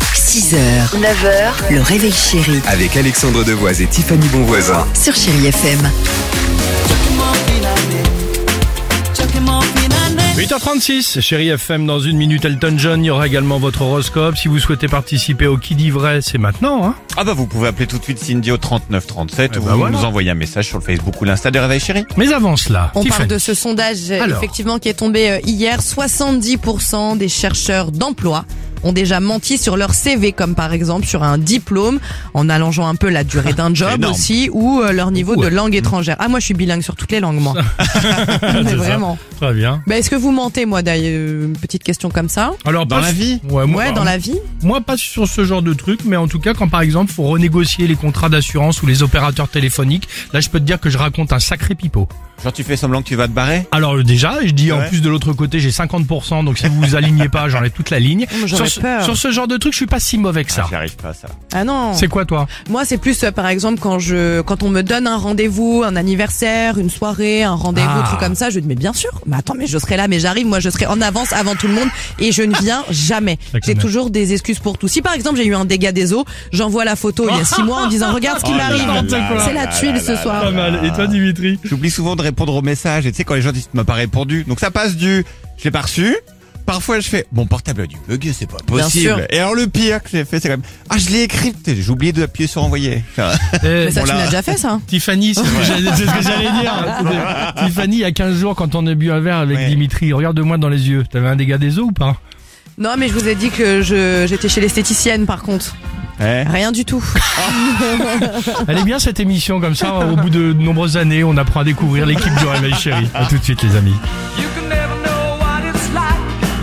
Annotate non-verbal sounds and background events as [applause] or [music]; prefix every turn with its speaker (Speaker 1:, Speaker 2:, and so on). Speaker 1: 6h, 9h, le réveil chéri
Speaker 2: Avec Alexandre Devoise et Tiffany Bonvoisin.
Speaker 1: sur Chéri FM.
Speaker 3: 8h36, chérie FM, dans une minute Elton John, il y aura également votre horoscope. Si vous souhaitez participer au qui dit vrai, c'est maintenant. Hein
Speaker 4: Ah bah vous pouvez appeler tout de suite Cindy au 3937
Speaker 3: Eh
Speaker 4: ou
Speaker 3: bah voilà.
Speaker 4: nous envoyer un message sur le Facebook ou l'Insta de Réveil Chéri.
Speaker 3: Mais avant cela,
Speaker 5: On
Speaker 3: Tiffany.
Speaker 5: parle
Speaker 3: [laughs]
Speaker 5: de ce sondage euh,
Speaker 3: Alors.
Speaker 5: effectivement qui est tombé euh, hier. 70% des chercheurs d'emploi ont déjà menti sur leur CV, comme par exemple sur un diplôme, en allongeant un peu la
Speaker 3: Ah,
Speaker 5: durée d'un job
Speaker 4: Énorme.
Speaker 5: aussi, ou euh, leur niveau
Speaker 3: Beaucoup,
Speaker 5: de langue étrangère. Ah moi je suis bilingue sur toutes les langues moi.
Speaker 3: Mmh. [laughs] C'est
Speaker 5: Mais
Speaker 3: ça.
Speaker 5: vraiment.
Speaker 3: Très bien.
Speaker 5: Bah, est-ce que vous mentez moi d'ailleurs Une petite question comme ça.
Speaker 3: Alors,
Speaker 4: Dans
Speaker 3: pas
Speaker 4: la
Speaker 3: su-
Speaker 4: vie
Speaker 3: Ouais, moi, bah,
Speaker 5: Ouais, dans la vie.
Speaker 3: moi, pas sur ce genre de truc, mais en tout cas, quand par exemple, faut renégocier les contrats d'assurance ou les opérateurs téléphoniques, là, je peux te dire que je raconte un sacré pipeau.
Speaker 4: Genre tu fais semblant que tu vas te barrer
Speaker 3: Alors, euh, déjà, je dis en
Speaker 4: Ouais.
Speaker 3: plus de l'autre côté, j'ai 50%, donc si vous vous alignez pas, [laughs] j'enlève toute la ligne.
Speaker 5: Moi,
Speaker 3: Sur
Speaker 5: J'aurais
Speaker 3: ce,
Speaker 5: peur.
Speaker 3: sur ce genre de truc, je suis pas si mauvais que
Speaker 4: Ça.
Speaker 3: ça.
Speaker 4: J'y arrive pas à ça.
Speaker 5: Ah non.
Speaker 3: c'est quoi, toi
Speaker 5: Moi, c'est plus euh, par exemple quand je, quand on me donne un rendez-vous, un anniversaire, une soirée, un rendez-vous,
Speaker 3: Ah.
Speaker 5: un truc comme ça, je dis mais bien sûr. Mais attends, mais je serai là, mais j'arrive. Moi, je serai en avance avant tout le monde et je ne [laughs] viens jamais.
Speaker 3: Ça
Speaker 5: J'ai
Speaker 3: connaît.
Speaker 5: toujours des excuses pour tout. Si par exemple j'ai eu un dégât des eaux, j'envoie la photo il y a six mois en [laughs] disant regarde ce qui
Speaker 4: Oh là là
Speaker 5: m'arrive.
Speaker 4: là
Speaker 5: C'est la
Speaker 4: là
Speaker 5: tuile
Speaker 4: là
Speaker 5: ce
Speaker 4: là
Speaker 5: soir.
Speaker 4: là. mal. Et toi,
Speaker 3: Dimitri
Speaker 4: J'oublie souvent de répondre aux messages et tu sais quand les gens disent tu m'as pas répondu. Donc ça passe du je l'ai pas reçu. Parfois je fais mon portable a dû bugger, c'est pas
Speaker 5: sûr.
Speaker 4: possible. Et alors le pire que j'ai fait c'est quand même ah je l'ai écrit, putain, j'ai oublié d'appuyer sur envoyer. [laughs]
Speaker 5: Mais
Speaker 3: Eh,
Speaker 5: ça, tu
Speaker 4: Voilà.
Speaker 5: l'as déjà fait ça
Speaker 3: Tiffany, c'est ce que j'allais c'est ce que j'allais dire. Tiffany, il y a 15 jours, quand on a bu un verre avec
Speaker 4: Ouais.
Speaker 3: Dimitri, regarde-moi dans les yeux. T'avais un dégât des eaux ou pas
Speaker 5: Non, mais je vous ai dit que je, j'étais chez l'esthéticienne par contre.
Speaker 4: Ouais.
Speaker 5: Rien du tout.
Speaker 3: Elle est bien cette émission, comme ça, au bout de nombreuses années, on apprend à découvrir l'équipe du Réveil Chéri. A tout de suite, les amis.
Speaker 6: You can never know what it's like.